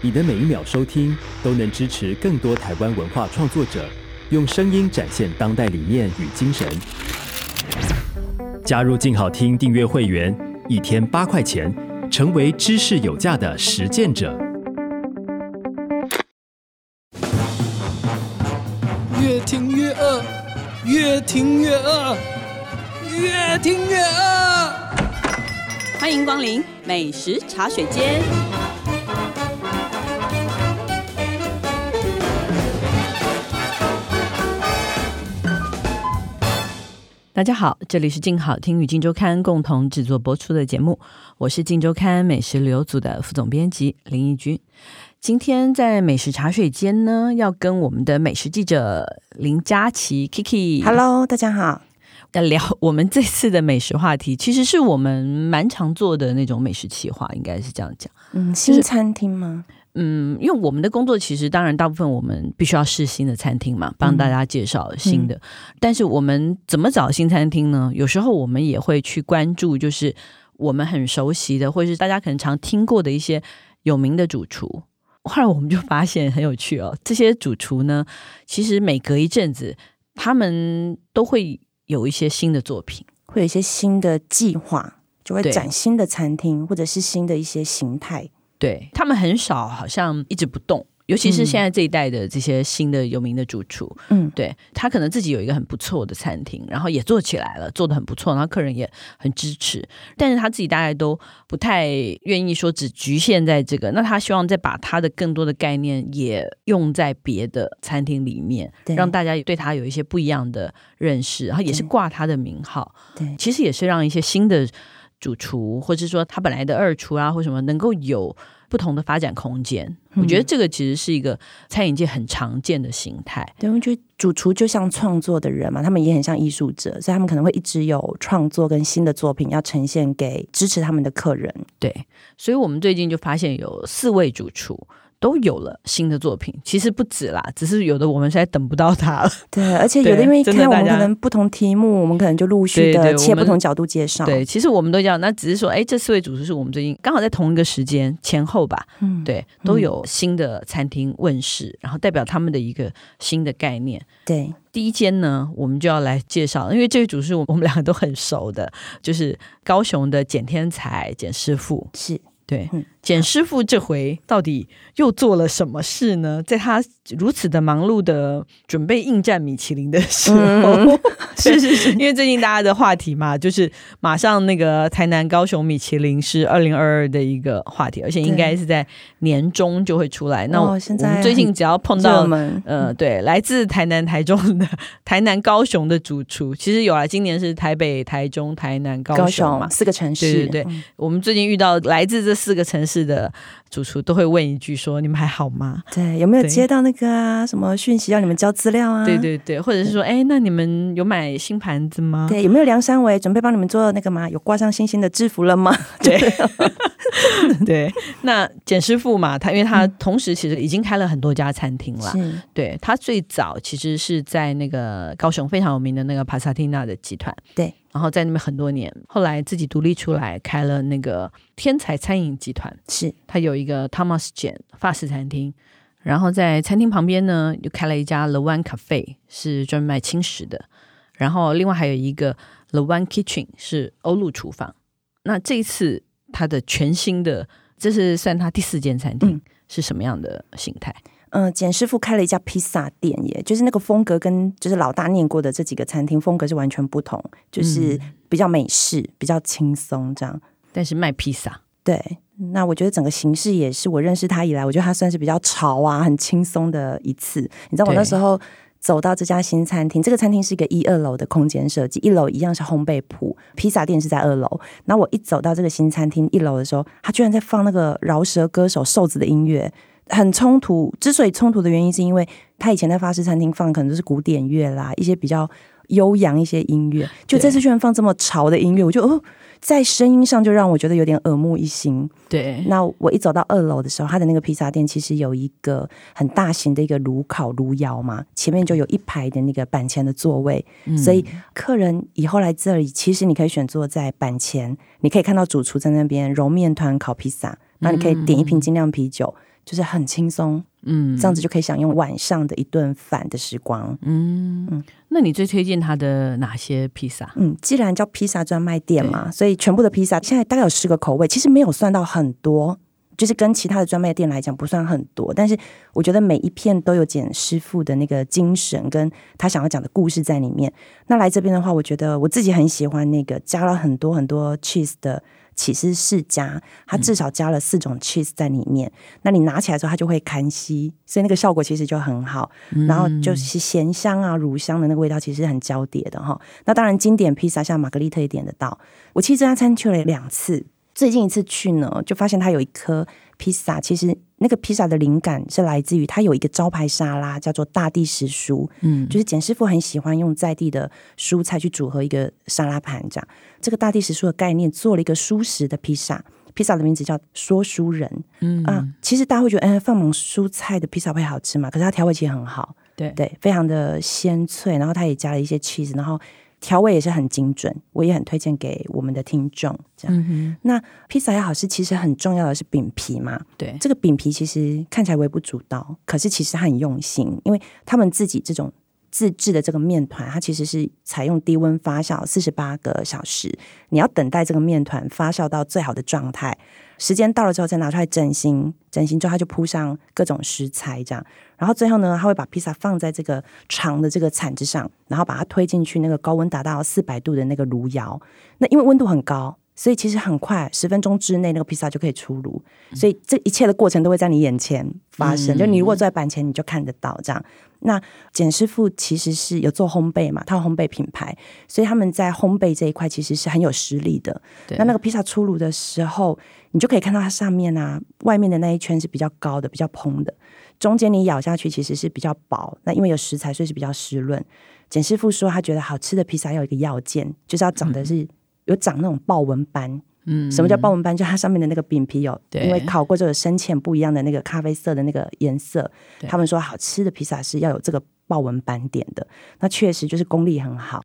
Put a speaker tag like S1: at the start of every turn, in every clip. S1: 你的每一秒收听都能支持更多台湾文化创作者，用声音展现当代理念与精神。加入静好听订阅会员，一天八块钱，成为知识有价的实践者。
S2: 越听越饿，越听越饿，越听越饿。
S3: 欢迎光临美食茶水间。大家好，这里是静好听与静周刊共同制作播出的节目，我是静周刊美食旅游组的副总编辑林义君。今天在美食茶水间呢，要跟我们的美食记者林佳琪 Kiki
S4: Hello，大家好。
S3: 在聊我们这次的美食话题，其实是我们蛮常做的那种美食企划，应该是这样讲。
S4: 嗯，
S3: 是
S4: 新餐厅吗？
S3: 嗯，因为我们的工作其实当然大部分我们必须要试新的餐厅嘛，帮大家介绍新的。但是我们怎么找新餐厅呢？有时候我们也会去关注，就是我们很熟悉的，或是大家可能常听过的一些有名的主厨。后来我们就发现很有趣哦，这些主厨呢，其实每隔一阵子，他们都会有一些新的作品。
S4: 会有一些新的计划，就会
S3: 对
S4: 展新的餐厅，或者是新的一些形态。
S3: 对他们很少，好像一直不动。尤其是现在这一代的这些新的有名的主厨，
S4: 嗯，
S3: 对他可能自己有一个很不错的餐厅，然后也做起来了，做的很不错，然后客人也很支持，但是他自己大概都不太愿意说只局限在这个，那他希望再把他的更多的概念也用在别的餐厅里面，
S4: 对
S3: 让大家对他有一些不一样的认识，然后也是
S4: 对
S3: 挂他的名号，
S4: 对
S3: 其实也是让一些新的主厨，或是说他本来的二厨啊，或什么能够有不同的发展空间。我
S4: 嗯
S3: 觉得这个其实是一个餐饮界很常见的形态。
S4: 对，我觉得主厨就像创作的人嘛，他们也很像艺术者，所以他们可能会一直有创作跟新的作品要呈现给支持他们的客人。
S3: 对，所以我们最近就发现有四位主厨。都有了新的作品，其实不止啦，只是有的我们实在等不到他了。
S4: 对，而且
S3: 对
S4: 有的因为
S3: 真的
S4: 看我们
S3: 大家
S4: 可能不同题目，我们可能就陆续
S3: 对对
S4: 的切
S3: 我们
S4: 不同角度介绍。
S3: 对，，其实我们都这样，那只是说，哎，这四位主厨是我们最近刚好在同一个时间前后吧，
S4: 嗯，
S3: 对，都有新的餐厅问世，然后代表他们的一个新的概念。
S4: 对，
S3: 第一间呢，我们就要来介绍，因为这位主是我我们两个都很熟的，就是高雄的简天才简师傅。
S4: 是
S3: 对，
S4: 嗯
S3: 简师傅这回到底又做了什么事呢？在他如此的忙碌的准备应战米其林的时候，
S4: 嗯
S3: 是是是，因为最近大家的话题嘛，就是马上那个台南、高雄米其林是二零二二的一个话题，而且应该是在年中就会出来。那
S4: 哦
S3: 我
S4: 现在
S3: 我们最近只要 碰到
S4: 热门。嗯
S3: 呃，对，来自台南、台中的 台南、高雄的主厨，其实有啊，今年是台北、台中、台南、高
S4: 高
S3: 雄嘛
S4: 雄。四个城
S3: 对
S4: 市，
S3: 对对
S4: 嗯，
S3: 我们最近遇到来自这四个城市的主厨，都会问一句说：“你们还好吗
S4: 对，有没有
S3: 对
S4: 接到那个啊什么讯息要你们交资料啊？嗯
S3: 对对对，或者是说：“哎，那你们有买新盘子吗？”
S4: 对，有没有梁山围准备帮你们做那个吗？有挂上星星的制服了吗？对，
S3: 对，那简师傅嘛，他因为他同时其实已经开了很多家餐厅了，
S4: 嗯是，
S3: 对他最早其实是在那个高雄非常有名的那个帕萨蒂娜的集团，
S4: 对，
S3: 然后在那边很多年，后来自己独立出来开了那个天才餐饮集团，
S4: 是
S3: 他有一个 Thomas Jen 法式餐厅，然后在餐厅旁边呢又开了一家 The One Cafe，是专门卖轻食的，然后另外还有一个 The One Kitchen 是欧陆厨房。那这一次他的全新的，这是算他第四间餐厅、
S4: 嗯
S3: 是什么样的形态？
S4: 嗯、呃简师傅开了一家披萨店耶，就是那个风格跟就是老大念过的这几个餐厅风格是完全不同，就是比较美式，比较轻松这样。
S3: 但是卖披萨。
S4: 对，那我觉得整个形式也是我认识他以来，我觉得他算是比较潮啊，很轻松的一次。你知道我
S3: 对
S4: 那时候走到这家新餐厅，这个餐厅是一个一二楼的空间设计，一楼一样是烘焙铺，披萨店是在二楼。然后我一走到这个新餐厅一楼的时候，他居然在放那个饶舌歌手瘦子的音乐。很冲突，之所以冲突的原因是因为他以前在法式餐厅放可能就是古典乐啦，一些比较悠扬一些音乐，就
S3: 对
S4: 这次居然放这么潮的音乐，我就哦，在声音上就让我觉得有点耳目一新。
S3: 对，
S4: 那我一走到二楼的时候，他的那个披萨店其实有一个很大型的一个炉烤炉窑嘛，前面就有一排的那个板前的座位，所以客人以后来这里，其实你可以选坐在板前，你可以看到主厨在那边揉面团、烤披萨，那你可以点一瓶精酿啤酒。就是很轻松，
S3: 嗯
S4: 这样子就可以享用晚上的一顿饭的时光。
S3: 嗯，那你最推荐他的哪些披萨？
S4: 嗯，既然叫披萨专卖店嘛，所以全部的披萨现在大概有十个口味，其实没有算到很多，就是跟其他的专卖店来讲不算很多，但是我觉得每一片都有简师傅的那个精神跟他想要讲的故事在里面。那来这边的话，我觉得我自己很喜欢那个加了很多很多 cheese 的。起司世家，它至少加了四种 cheese 在里面。那你拿起来之后，它就会堪吸，所以那个效果其实就很好。然后就是咸香啊、乳香的那个味道，其实很交叠的哈。那当然，经典披萨像玛格丽特也点得到。我其实这家餐去了两次，最近一次去呢，就发现它有一颗披萨，其实那个披萨的灵感是来自于它有一个招牌沙拉，叫做大地时蔬，
S3: 嗯
S4: 就是简师傅很喜欢用在地的蔬菜去组合一个沙拉盘这样。这个大地时蔬的概念做了一个蔬食的披萨。披萨的名字叫说书人，
S3: 嗯
S4: 啊，其实大家会觉得，哎，放满蔬菜的披萨会好吃嘛？可是它调味其实很好，
S3: 对
S4: 对，非常的鲜脆，然后它也加了一些 cheese，然后调味也是很精准，我也很推荐给我们的听众。这样，
S3: 嗯哼，
S4: 那披萨要好吃，其实很重要的是饼皮嘛。
S3: 对，
S4: 这个饼皮其实看起来微不足道，可是其实它很用心，因为他们自己这种自制的这个面团，它其实是采用低温发酵四十八个小时，你要等待这个面团发酵到最好的状态，时间到了之后再拿出来整形，整形之后它就铺上各种食材这样，然后最后呢，它会把披萨放在这个长的这个铲子上，然后把它推进去那个高温达到四百度的那个炉窑，那因为温度很高。所以其实很快，十分钟之内那个披萨就可以出炉。所以这一切的过程都会在你眼前发生。就你如果坐在板前，你就看得到这样。那简师傅其实是有做烘焙嘛，他有烘焙品牌，所以他们在烘焙这一块其实是很有实力的。
S3: 对
S4: 那那个披萨出炉的时候，你就可以看到它上面啊，外面的那一圈是比较高的、比较蓬的，中间你咬下去其实是比较薄。那因为有食材，所以是比较湿润。简师傅说，他觉得好吃的披萨要有一个要件，就是要长得是、有长那种豹纹斑。
S3: 嗯
S4: 什么叫豹纹斑？就它上面的那个饼皮有，
S3: 对
S4: 因为烤过之后有深浅不一样的那个咖啡色的那个颜色。
S3: 对
S4: 他们说好吃的披萨是要有这个豹纹斑点的，那确实就是功力很好。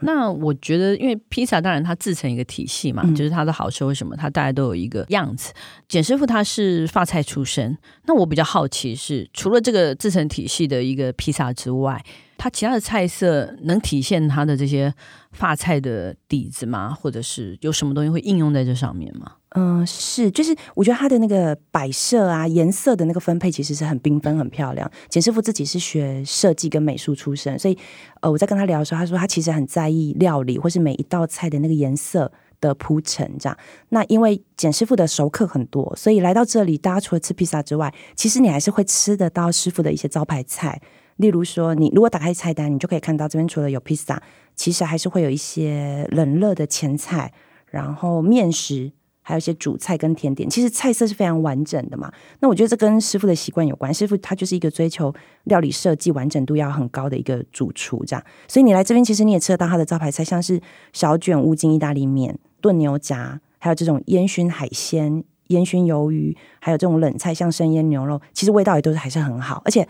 S3: 那我觉得，因为披萨当然它自成一个体系嘛，
S4: 嗯
S3: 就是它的好吃或什么，它大概都有一个样子。简师傅他是发菜出身，那我比较好奇是，除了这个自成体系的一个披萨之外，它其他的菜色能体现它的这些发菜的底子吗？或者是有什么东西会应用在这上面吗？
S4: 嗯，是，就是我觉得它的那个摆设啊、颜色的那个分配其实是很缤纷、很漂亮。简师傅自己是学设计跟美术出身，所以呃，我在跟他聊的时候，他说他其实很在意料理或是每一道菜的那个颜色的铺陈这样。那因为简师傅的熟客很多，所以来到这里，大家除了吃披萨之外，其实你还是会吃得到师傅的一些招牌菜。例如说，你如果打开菜单，你就可以看到这边除了有披萨，其实还是会有一些冷热的前菜，然后面食，还有一些主菜跟甜点。其实菜色是非常完整的嘛。那我觉得这跟师傅的习惯有关，师傅他就是一个追求料理设计完整度要很高的一个主厨，这样。所以你来这边，其实你也吃得到他的招牌菜，像是小卷乌金意大利面、炖牛杂，还有这种烟熏海鲜。烟熏鱿鱼，还有这种冷菜，像生腌牛肉，其实味道也都是还是很好，而且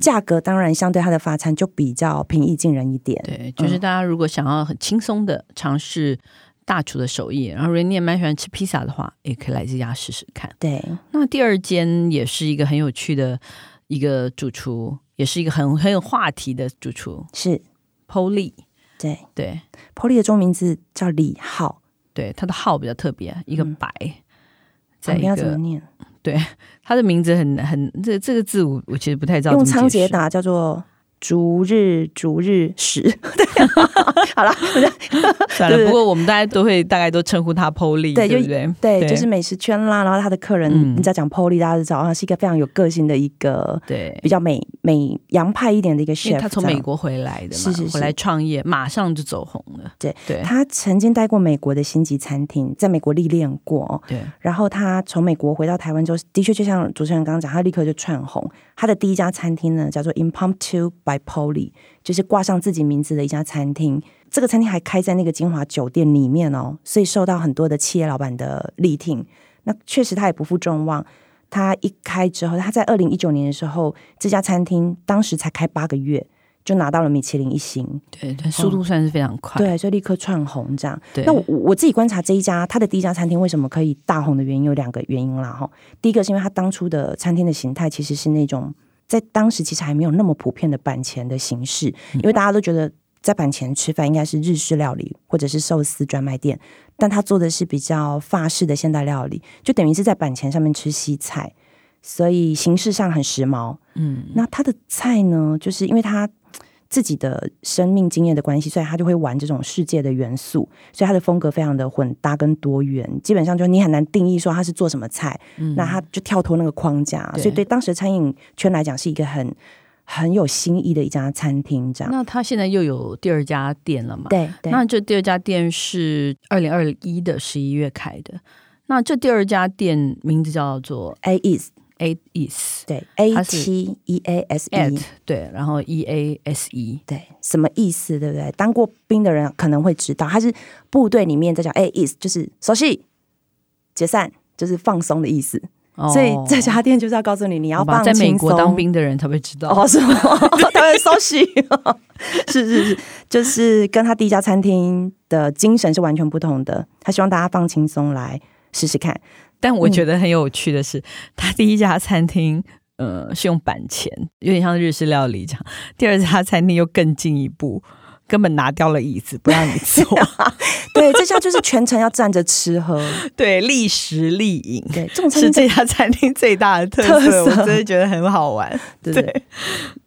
S4: 价格当然相对它的发餐就比较平易近人一点。
S3: 对，就是大家如果想要很轻松的尝试大厨的手艺，然后如果你也蛮喜欢吃披萨的话，也可以来这家试试看。
S4: 对，
S3: 那第二间也是一个很有趣的一个主厨，也是一个很很有话题的主厨
S4: 是，
S3: ，Polly。
S4: 对。
S3: 对
S4: Polly 的中文名字叫李浩，
S3: 对，他的号比较特别，一个白，
S4: 我
S3: 在
S4: 嗯们
S3: 一
S4: 要怎么
S3: 个
S4: 念？
S3: 他的名字很很这这个字我我其实不太知道
S4: 用
S3: 怎么
S4: 仓
S3: 解
S4: 颉
S3: 释。
S4: 达叫做逐日逐日时。 对，啊好了，我就
S3: 算了，
S4: 对
S3: 不过我们大家都会大概都称呼他 Polly，对
S4: 对就
S3: 不对？
S4: 对，就是美食圈啦。然后他的客人，
S3: 嗯
S4: 你只要讲 Polly，大家就知道啊，是一个非常有个性的一个
S3: 对
S4: 比。较美美洋派一点的一个
S3: 因
S4: chef 这
S3: 为
S4: 样。
S3: 他从美国回来的嘛，
S4: 是是是
S3: 回来创业，马上就走红了。
S4: 对
S3: 对
S4: 他曾经待过美国的星级餐厅，在美国历练过哦。
S3: 对，
S4: 然后他从美国回到台湾之后，的确就像主持人刚刚讲，他立刻就窜红。他的第一家餐厅呢，叫做 Impromptu by Polly，就是挂上自己名字的一家餐厅。这个餐厅还开在那个金华酒店里面哦，所以受到很多的企业老板的力挺。那确实他也不负众望，他一开之后，他在二零一九年的时候，这家餐厅当时才开八个月，就拿到了米其林一星，
S3: 对，但速度算是非常快。
S4: 哦对，所以立刻窜红这样。
S3: 对
S4: 那我我自己观察这一家，它的第一家餐厅为什么可以大红的原因有两个原因啦哈。第一个是因为它当初的餐厅的形态其实是那种在当时其实还没有那么普遍的板前的形式，因为大家都觉得在板前吃饭应该是日式料理或者是寿司专卖店，但他做的是比较法式的现代料理，就等于是在板前上面吃西菜，所以形式上很时髦。
S3: 嗯，
S4: 那他的菜呢，就是因为他自己的生命经验的关系，所以他就会玩这种世界的元素，所以他的风格非常的混搭跟多元，基本上就是你很难定义说他是做什么菜，那他就跳脱那个框架，
S3: 嗯对
S4: 所以对当时的餐饮圈来讲是一个很很有新意的一家餐厅，这样。
S3: 那他现在又有第二家店了嘛？
S4: 对对，
S3: 那这第二家店是二零二一的十一月开的。那这第二家店名字叫做
S4: A is
S3: A Is
S4: 对 A
S3: 它是
S4: T E A S E
S3: at 对，然后 E A S E
S4: 对，什么意思？对不对？当过兵的人可能会知道，他是部队里面在讲，哎、意思就是熟悉、解散，就是放松的意思。
S3: 哦。
S4: 所以这家店就是要告诉你，你要
S3: 好吧
S4: 放
S3: 在美
S4: 轻
S3: 国
S4: 松
S3: 当兵的人才会知道。
S4: 哦，是吗？他们熟悉， 是是是，就是跟他第一家餐厅的精神是完全不同的。他希望大家放轻松来试试看。
S3: 但我觉得很有趣的是，他第一家餐厅。呃，是用板前，有点像日式料理这样。第二家餐厅又更进一步，根本拿掉了椅子不让你 坐，
S4: 对，这家就是全程要站着吃喝。
S3: 对，立食立饮，
S4: 对， 这种餐
S3: 是
S4: 厅
S3: 这家餐厅最大的特色，
S4: 特色
S3: 我真的觉得很好玩。
S4: 对对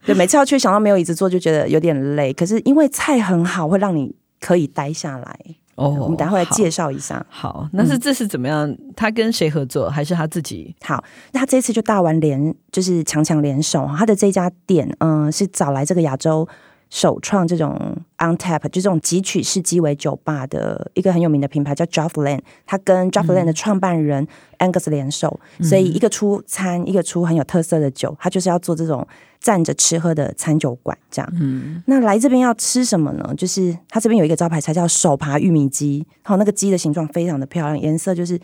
S4: 对每次要去想到没有椅子坐就觉得有点累，可是因为菜很好，会让你可以待下来。
S3: 哦
S4: 我们等一下会来介绍一下。
S3: 好。好，那
S4: 嗯
S3: 是这是怎么样？他跟谁合作，还是他自己？
S4: 好，那他这次就大玩联，就是强强联手哈。他的这家店，嗯、是找来这个亚洲首创这种 on tap，就这种汲取式鸡尾酒吧的一个很有名的品牌叫 Jaffland，他跟 Jaffland 的创办人 Angus 联手，所以一个出餐，一个出很有特色的酒，他就是要做这种站着吃喝的餐酒馆这样。
S3: 嗯，
S4: 那来这边要吃什么呢？就是它这边有一个招牌菜叫手扒玉米鸡，然后那个鸡的形状非常的漂亮，颜色就是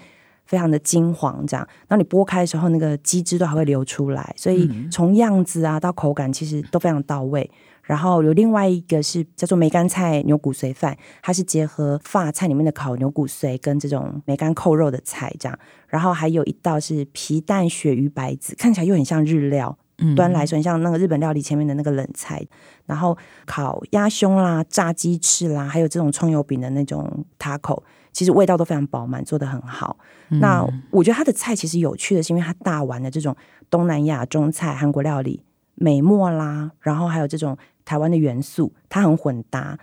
S4: 非常的金黄这样。然后你剥开的时候，那个鸡汁都还会流出来，所以从样子啊到口感其实都非常到位。然后有另外一个是叫做梅干菜牛骨髓饭，它是结合法菜里面的烤牛骨髓跟这种梅干扣肉的菜这样。然后还有一道是皮蛋鳕鱼白子，看起来又很像日料，端来说很像那个日本料理前面的那个冷菜，然后烤鸭胸啦、炸鸡翅啦，还有这种葱油饼的那种 taco，其实味道都非常饱满，做的很好。
S3: 嗯
S4: 那我觉得它的菜其实有趣的是，因为它大碗的这种东南亚中菜、韩国料理、美墨啦，然后还有这种台湾的元素，它很混搭。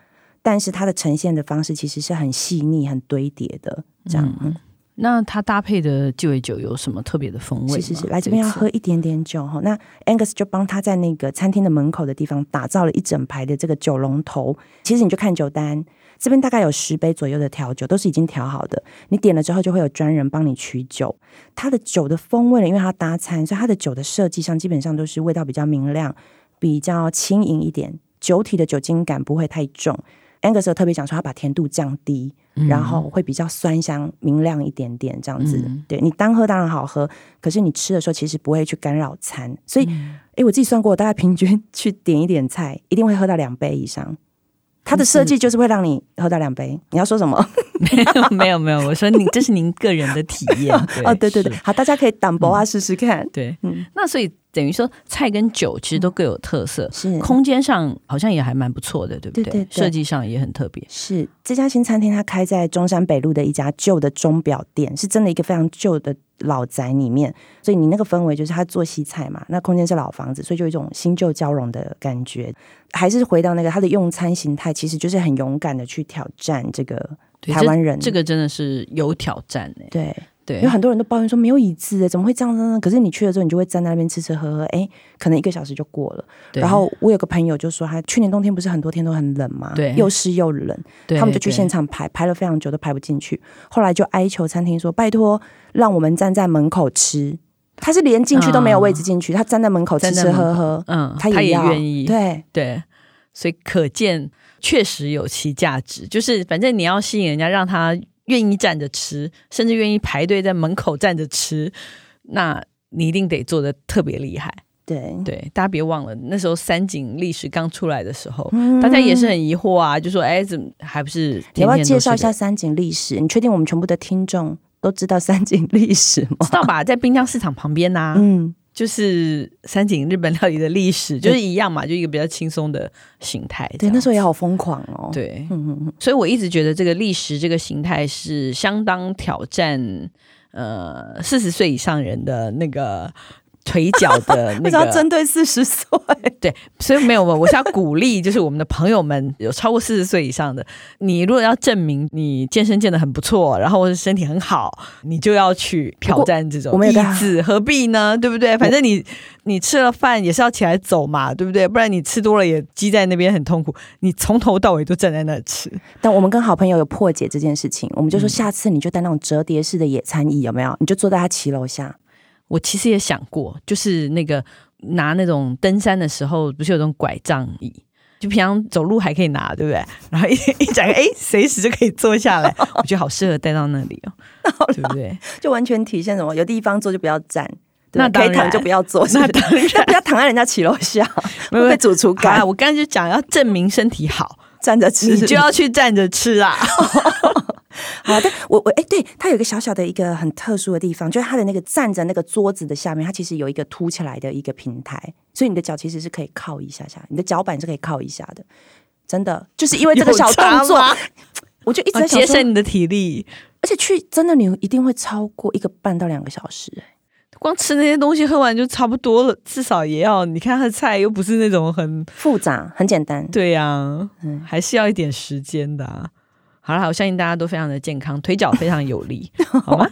S4: 但是它的呈现的方式其实是很细腻、很堆叠的，这样。嗯
S3: 那他搭配的鸡尾酒有什么特别的风味吗？
S4: 是是是，来这边要
S3: 次
S4: 喝一点点酒哈。那 Angus 就帮他在那个餐厅的门口的地方打造了一整排的这个酒龙头。其实你就看酒单，这边大概有十杯左右的调酒，都是已经调好的。你点了之后，就会有专人帮你取酒。它的酒的风味呢，因为它搭餐，所以它的酒的设计上基本上都是味道比较明亮、比较轻盈一点，酒体的酒精感不会太重。Angus 有特别讲说，他把甜度降低，然后会比较酸香明亮一点点，这样子。对你单喝当然好喝，可是你吃的时候其实不会去干扰餐，所以，诶，我自己算过，我大概平均去点一点菜，一定会喝到两杯以上。它的设计嗯就是会让你喝到两杯。你要说什么？
S3: 没有没有没有，我说你这是您个人的体 验
S4: 哦，对对对
S3: 是，
S4: 好，大家可以胆薄啊，试试看。
S3: 对，
S4: 嗯
S3: 那所以等于说菜跟酒其实都各有特色，
S4: 是
S3: 空间上好像也还蛮不错的，对不
S4: 嗯对对对
S3: 设计上也很特别。
S4: 是这家新餐厅，它开在中山北路的一家旧的钟表店，是真的一个非常旧的老宅里面，所以你那个氛围就是它做西菜嘛，那空间是老房子，所以就有一种新旧交融的感觉。还是回到那个它的用餐形态，其实就是很勇敢的去挑战这个
S3: 对
S4: 台湾人
S3: 这这个真的是有挑战哎、
S4: 对。因为
S3: 对，
S4: 很多人都抱怨说没有椅子，欸怎么会这样子呢？可是你去了之后，你就会站在那边吃吃喝喝，哎，可能一个小时就过了。
S3: 对
S4: 然后我有个朋友就说，他去年冬天不是很多天都很冷嘛，
S3: 对
S4: 又湿又冷，
S3: 对
S4: 他们就去
S3: 对
S4: 现场排，排了非常久都排不进去，后来就哀求餐厅说：“拜托，让我们站在门口吃。”他是连进去都没有位置进去，他站在门口吃
S3: 站在
S4: 吃
S3: 门口
S4: 喝喝，
S3: 嗯，
S4: 他
S3: 也
S4: 要
S3: 愿意，
S4: 对
S3: 对，所以可见确实有其价值，就是反正你要吸引人家，让他愿意站着吃，甚至愿意排队在门口站着吃，那你一定得做的特别厉害。
S4: 对
S3: 对，大家别忘了，那时候三井历史刚出来的时候，大家也是很疑惑啊，就说：“哎，怎么还不是
S4: 你
S3: 天天
S4: 嗯要不要
S3: 都
S4: 介
S3: 是
S4: 绍一
S3: 这
S4: 下
S3: 个？
S4: 三井历史？你确定我们全部的听众都知道三井历史吗？
S3: 知道吧？在滨江市场旁边呐、
S4: 嗯，
S3: 就是三井日本料理的历史，就是一样嘛，就一个比较轻松的形态。这
S4: 对，
S3: 样
S4: 那时候也好疯狂哦。，
S3: 对，
S4: 嗯嗯嗯，
S3: 所以我一直觉得这个历史这个形态是相当挑战，呃，四十岁以上人的那个腿脚 的那
S4: 为什么要
S3: 个。
S4: 针对四十岁？
S3: 对，所以没有我，我是要鼓励，就是我们的朋友们有超过四十岁以上的，你如果要证明你健身健得很不错，然后或者身体很好，你就要去挑战这
S4: 我
S3: 种
S4: 们有
S3: 意
S4: 个
S3: 志，何必呢？对不对？反正你你吃了饭也是要起来走嘛，对不对？不然你吃多了也积在那边很痛苦，你从头到尾都站在那吃。
S4: 但我们跟好朋友有破解这件事情，我们就
S3: 嗯
S4: 说下次你就带那种折叠式的野餐椅，有没有？你就坐在他骑楼下，
S3: 我其实也想过，就是那个拿那种登山的时候，不是有种拐杖椅，就平常走路还可以拿，对不对？然后一一展开，哎，随时就可以坐下 来，我觉得好适合带到那里哦，对不对？
S4: 就完全体现什么？有地方坐就不要站，对吧
S3: 那当
S4: 可
S3: 然
S4: 以躺就不要坐，是
S3: 那
S4: 不是
S3: 当然
S4: 不要躺在人家骑楼 下，
S3: 没有
S4: 会被主厨
S3: 好啦
S4: 赶，
S3: 我刚才就讲要证明身体好，
S4: 站着吃
S3: 你就 要去站着吃啊。
S4: 好的，我我哎、对，它有一个小小的一个很特殊的地方，就是它的那个站着那个桌子的下面，它其实有一个凸起来的一个平台，所以你的脚其实是可以靠一下下，你的脚板是可以靠一下的，真的，就是因为 这个小动作
S3: 有差吗，
S4: 我就一直
S3: 啊
S4: 在想
S3: 节
S4: 说，
S3: 省你的体力，
S4: 而且去真的你一定会超过一个半到两个小 时、哎
S3: 光吃那些东西，喝完就差不多了，至少也要你看他的菜又不是那种很
S4: 复杂很简单，
S3: 对呀、啊，
S4: 嗯
S3: 还是要一点时间的、啊。好啦，我相信大家都非常的健康，腿脚非常有 力，好吗？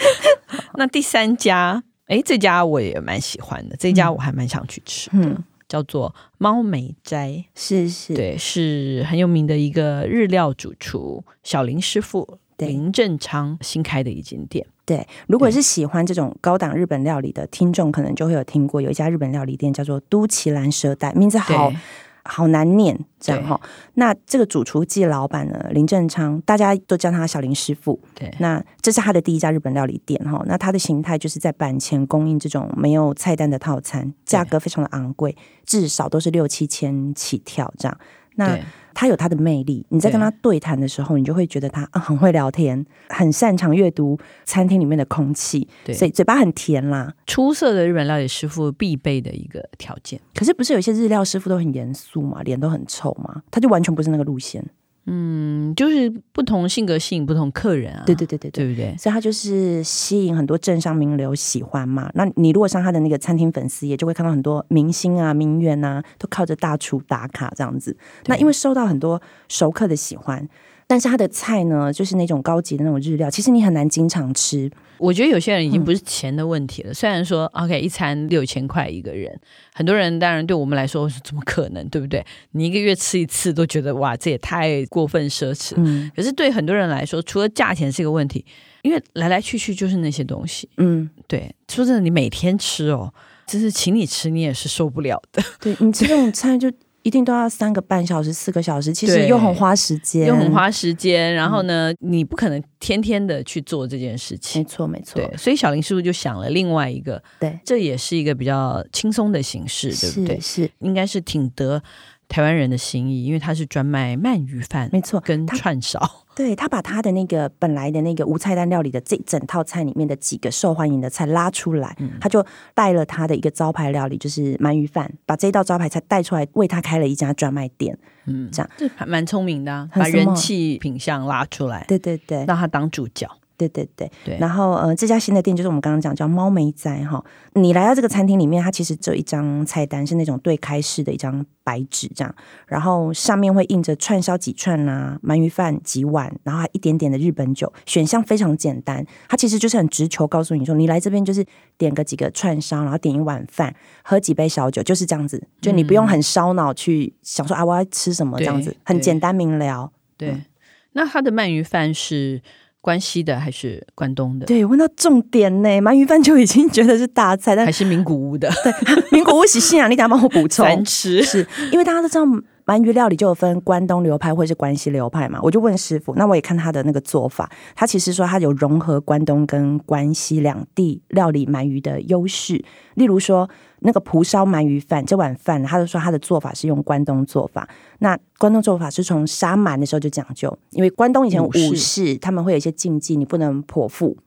S3: 那第三家，诶，这家我也蛮喜欢的，这家我还蛮想去吃，
S4: 嗯，
S3: 叫做猫美斋，
S4: 是是，
S3: 对，是很有名的一个日料主厨小林师傅
S4: 对
S3: 林正昌新开的一间店。
S4: 对，如果
S3: 对
S4: 是喜欢这种高档日本料理的听众，可能就会有听过有一家日本料理店叫做都奇兰蛇带，名字好
S3: 对
S4: 好难念，这样哈。那这个主厨暨老板呢，林正昌，大家都叫他小林师傅。
S3: 对，
S4: 那这是他的第一家日本料理店哈。那它的形态就是在板前供应这种没有菜单的套餐，价格非常的昂贵，至少都是六七千起跳这样。那
S3: 对
S4: 他有他的魅力，你在跟他对谈的时候，你就会觉得他、啊、很会聊天，很擅长阅读餐厅里面的空气，
S3: 对
S4: 所以嘴巴很甜啦。
S3: 出色的日本料理师傅必备的一个条件。
S4: 可是不是有一些日料师傅都很严肃嘛，脸都很臭嘛，他就完全不是那个路线。
S3: 嗯，就是不同性格吸引不同客人啊，
S4: 对对对对对。
S3: 对不对？
S4: 所以他就是吸引很多政商名流喜欢嘛。那你如果上他的那个餐厅粉丝页，就会看到很多明星啊、名媛啊，都靠着大厨打卡这样子。那因为受到很多熟客的喜欢，但是他的菜呢，就是那种高级的那种日料，其实你很难经常吃。
S3: 我觉得有些人已
S4: 嗯
S3: 经不是钱的问题了。虽然说，OK，一餐六千块一个人，很多人当然对我们来说是怎么可能，对不对？你一个月吃一次都觉得哇，这也太过分奢侈。
S4: 嗯
S3: 可是对很多人来说，除了价钱是一个问题，因为来来去去就是那些东西。
S4: 嗯，
S3: 对，说真的，你每天吃哦，就是请你吃，你也是受不了的，
S4: 对你吃这种菜就一定都要三个半小时、四个小时，其实
S3: 对
S4: 又很花时间，
S3: 又很。花时间。然后呢，你不可能天天的去做这件事情
S4: 嗯没。错，没错
S3: 对，，所以小林师傅就想了另外一个，
S4: 对，
S3: 这也是一个比较轻松的形式，对不对
S4: 是？是，
S3: 应该是挺得台湾人的心意，因为他是专卖鳗鱼饭
S4: 没错。
S3: 跟
S4: 他
S3: 串 烧。
S4: 对他把他的那个本来的那个无菜单料理的这一整套菜里面的几个受欢迎的菜拉出来，
S3: 嗯
S4: 他就带了他的一个招牌料理，就是鳗鱼饭，把这一道招牌菜带出来，为他开了一家专卖店。
S3: 嗯，
S4: 这样
S3: 这还蛮聪明的啊、
S4: 很
S3: 把
S4: 什么
S3: 人气品相拉出来，
S4: 对对对，
S3: 让他当主角。
S4: 对对对。
S3: 对
S4: 然后呃，这家新的店就是我们刚刚讲叫猫梅仔哈，你来到这个餐厅里面，它其实只有一张菜单，是那种对开式的一张白纸这样，然后上面会印着串烧几串啦、鳗鱼饭几碗，然后还一点点的日本酒，选项非常简单。它其实就是很直球告诉你说，你来这边就是点个几个串烧，然后点一碗饭，喝几杯小酒，就是这样子，就你不用很烧脑去想说、啊我要吃什么这样子
S3: 嗯对，
S4: 很
S3: 对
S4: 简单明了。
S3: 对，
S4: 嗯
S3: 那他的鳗鱼饭是关西的还是关东的？
S4: 对，问到重点呢，鳗鱼饭就已经觉得是大菜，但
S3: 还是名古屋的
S4: 名古屋喜信啊，你等一下帮我补充。
S3: 难吃。
S4: 是因为大家都知道鳗鱼料理就有分关东流派或是关西流派嘛，我就问师傅，那我也看他的那个做法，他其实说他有融合关东跟关西两地料理鳗鱼的优势，例如说那个蒲烧鳗鱼饭这碗饭，他就说他的做法是用关东做法，那关东做法是从杀鳗的时候就讲究，因为关东以前
S3: 武
S4: 武
S3: 士
S4: 士他们会有一些禁忌，你不能剖腹。
S3: 嗯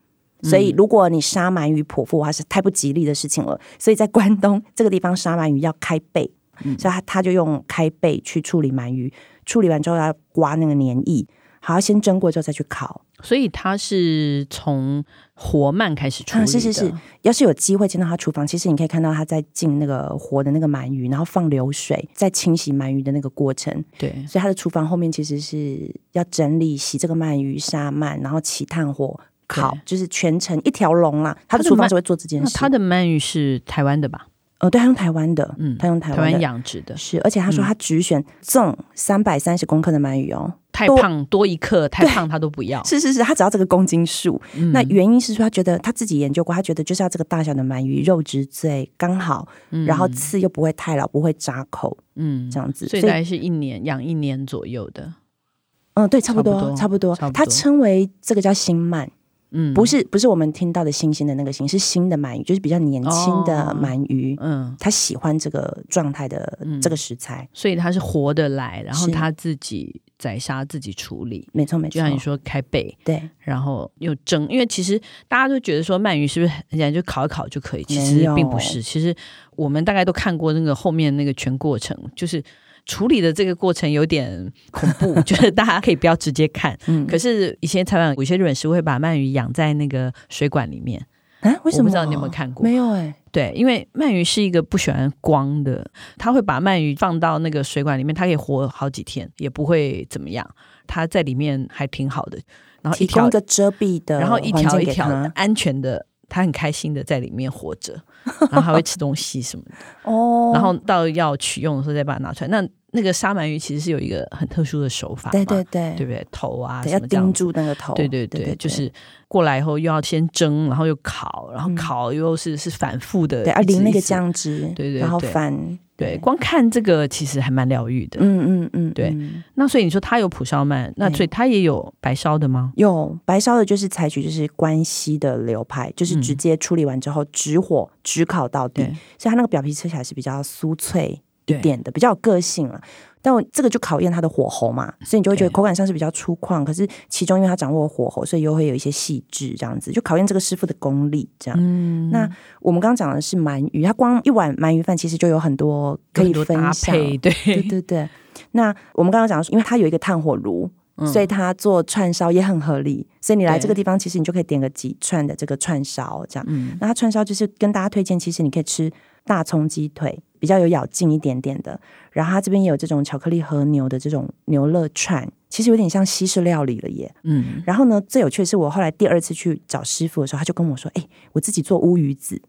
S4: 所以，如果你杀鳗鱼剖腹的话，是太不吉利的事情了。所以在关东这个地方杀鳗鱼要开背，
S3: 嗯
S4: 所以他他就用开背去处理鳗鱼，处理完之后要刮那个黏液，好，要先蒸过之后再去烤。
S3: 所以它是从活慢开始处理的，
S4: 嗯，是是是，要是有机会进到他厨房，其实你可以看到他在进那个活的那个鳗鱼，然后放流水，在清洗鳗鱼的那个过程。
S3: 对，
S4: 所以他的厨房后面其实是要整理洗这个鳗鱼、杀鳗，然后起炭火烤
S3: 对，
S4: 就是全程一条龙啦。
S3: 它
S4: 他的
S3: 的
S4: 厨房
S3: 鳗
S4: 只会做这件
S3: 那
S4: 事。
S3: 它的鳗鱼是台湾的吧？
S4: 呃，对，他用台湾的，
S3: 嗯
S4: 嗯，他用台
S3: 台
S4: 湾的
S3: 湾养殖的，嗯
S4: 是，而且他说他只选重三百三十公克的鳗鱼哦，
S3: 太
S4: 多
S3: 胖多一克，太胖它都不要。
S4: 是是是，他只要这个公斤数。
S3: 嗯
S4: 那原因是说他觉得他自己研究过，他觉得就是要这个大小的鳗鱼，肉质最刚好，然后刺又不会太老，不会扎口
S3: 嗯，
S4: 这样子。
S3: 所以大概是一年养一年左右的。
S4: 嗯，对，差
S3: 差不
S4: 不多，
S3: 多
S4: 差不多
S3: 差不。
S4: 他
S3: 多
S4: 称为这个叫新鳗，
S3: 嗯，
S4: 不，是不是我们听到的新鲜的那个新，是新的鳗鱼，就是比较年轻的
S3: 哦
S4: 鳗鱼。
S3: 嗯，
S4: 他喜欢这个状态的这个食材，
S3: 所以它是活的来，然后
S4: 是
S3: 它自己宰杀自己处理，
S4: 没错没
S3: 就
S4: 错
S3: 像，你说开背，
S4: 对，
S3: 然后又蒸，因为其实大家都觉得说鳗鱼是不是很简单，就烤一烤就可以？其
S4: 没
S3: 实
S4: 有
S3: 并不是，其实我们大概都看过那个后面那个全过程，就是处理的这个过程有点恐怖， 就是大家可以不要直接看。
S4: 嗯，
S3: 可是以前采访有些日本师会把鳗鱼养在那个水管里面，
S4: 啊，为什
S3: 我不
S4: 么？
S3: 知道你有没有看过
S4: 没有哎、
S3: 对，因为鳗鱼是一个不喜欢光的，它会把鳗鱼放到那个水管里面，它可以活好几天，也不会怎么样，它在里面还挺好的。然后一
S4: 提
S3: 条
S4: 供着遮蔽的
S3: 然后
S4: 环
S3: 一
S4: 境
S3: 条一
S4: 给
S3: 条
S4: 他
S3: 安全的，它很开心的在里面活 着，然后还会吃东西什么的，
S4: 哦，
S3: 然后到要取用的时候再把它拿出来。那那个杀鳗鱼其实是有一个很特殊的手法嘛，
S4: 对对对
S3: 对不对？头啊
S4: 对
S3: 什
S4: 要
S3: 么这样
S4: 盯
S3: 子。
S4: 住那个头，
S3: 对对对，就是过来以后又要先蒸，然后又烤，然后
S4: 嗯
S3: 烤又是、是反复的，
S4: 对，要啊
S3: 一直
S4: 淋那
S3: 一
S4: 个
S3: 直
S4: 酱汁，
S3: 对对
S4: 然后
S3: 对
S4: 翻，
S3: 对，光看这个其实还蛮疗愈的。
S4: 嗯嗯嗯，
S3: 对
S4: 嗯
S3: 那所以你说它有蒲烧鳗，那
S4: 对
S3: 所以它也有白烧的吗？
S4: 有白烧的，就是采取就是关西的流派，就是
S3: 嗯
S4: 直接处理完之后直火直烤到底
S3: 对，
S4: 所以它那个表皮吃起来是比较酥脆一
S3: 对
S4: 点的，比较有个性了。但我这个就考验它的火候嘛，所以你就会觉得
S3: 对
S4: 口感上是比较粗犷，可是其中因为它掌握火候，所以又会有一些细致，这样子就考验这个师傅的功力。这样，
S3: 嗯
S4: 那我们刚刚讲的是鳗鱼，它光一碗鳗鱼饭其实就有很多可以
S3: 有很多
S4: 分
S3: 搭
S4: 享，
S3: 配，对
S4: 对对对。那我们刚刚讲的是，因为它有一个炭火炉，所以它做串烧也很合理。所以你来
S3: 嗯对
S4: 这个地方，其实你就可以点个几串的这个串烧，这样。
S3: 嗯
S4: 那它串烧就是跟大家推荐，其实你可以吃大葱鸡腿，比较有咬劲一点点的。然后它这边也有这种巧克力和牛的这种牛肋串，其实有点像西式料理了耶。
S3: 嗯，
S4: 然后呢，最有趣的是，我后来第二次去找师傅的时候，他就跟我说：“哎、我自己做乌鱼子。”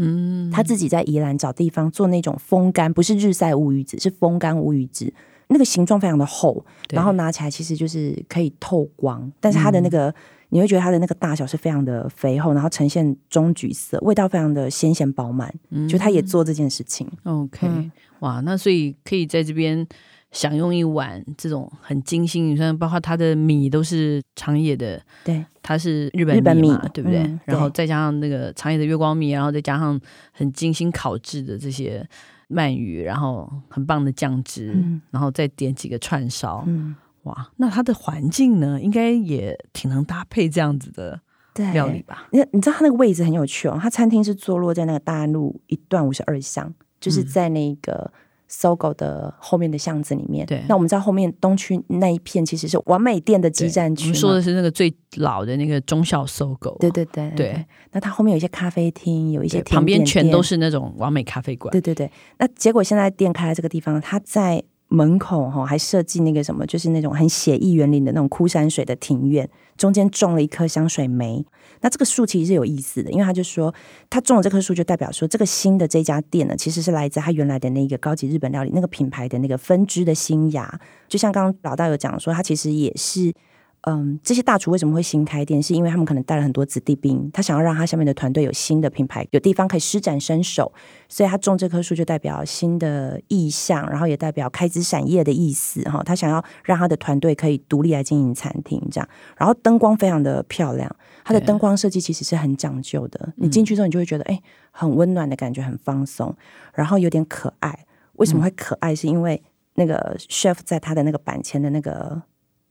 S4: 嗯，他自己在宜兰找地方做那种风干，不是日晒乌鱼子，是风干乌鱼子。那个形状非常的厚，
S3: 对嗯
S4: 然后拿起来其实就是可以透光，但是它的那个、你会觉得它的那个大小是非常的肥厚，然后呈现棕橘色，味道非常的鲜鲜饱满。就他也做这件事情，
S3: 嗯 OK，、
S4: 嗯
S3: 哇，那所以可以在这边享用一碗这种很精心，你看，包括它的米都是长野的，
S4: 对，
S3: 它是日本
S4: 日本米
S3: 嘛，对不对？
S4: 嗯对
S3: 然后再加上那个长野的月光米，然后再加上很精心烤制的这些鳗鱼，然后很棒的酱汁，
S4: 嗯
S3: 然后再点几个串烧，
S4: 嗯，
S3: 哇，那它的环境呢，应该也挺能搭配这样子的
S4: 对，
S3: 料理吧？
S4: 你你知道它那个位置很有趣哦，它餐厅是坐落在那个大安路一段五十二巷，
S3: 嗯
S4: 就是在那个搜狗的后面的巷子里面。
S3: 对
S4: 那我们知道后面东区那一片其实是完美店的基站
S3: 我
S4: 区嘛，
S3: 们说的是那个最老的那个中小搜狗，啊
S4: 对对对
S3: 对。
S4: 那它后面有一些咖啡厅，有一些
S3: 对旁边
S4: 甜点
S3: 全
S4: 店
S3: 都是那种完美咖啡馆。
S4: 对对对，那结果现在店开在这个地方，它在门口哈、还设计那个什么，就是那种很写意园林的那种枯山水的庭院，中间种了一棵香水梅。那这个树其实是有意思的，因为他就说，他种了这棵树，就代表说这个新的这家店呢，其实是来自他原来的那个高级日本料理那个品牌的那个分支的新芽。就像刚刚老大有讲说，它其实也是。嗯，这些大厨为什么会新开店，是因为他们可能带了很多子弟兵，他想要让他下面的团队有新的品牌，有地方可以施展身手，所以他种这棵树就代表新的意向，然后也代表开枝散叶的意思哈。他想要让他的团队可以独立来经营餐厅这样，然后灯光非常的漂亮，它的
S3: 对
S4: 灯光设计其实是很讲究的。你进去之后，你就会觉得哎、很温暖的感觉，很放松，然后有点可爱。为什么会可爱？是因为那个 chef 在他的那个板前的那个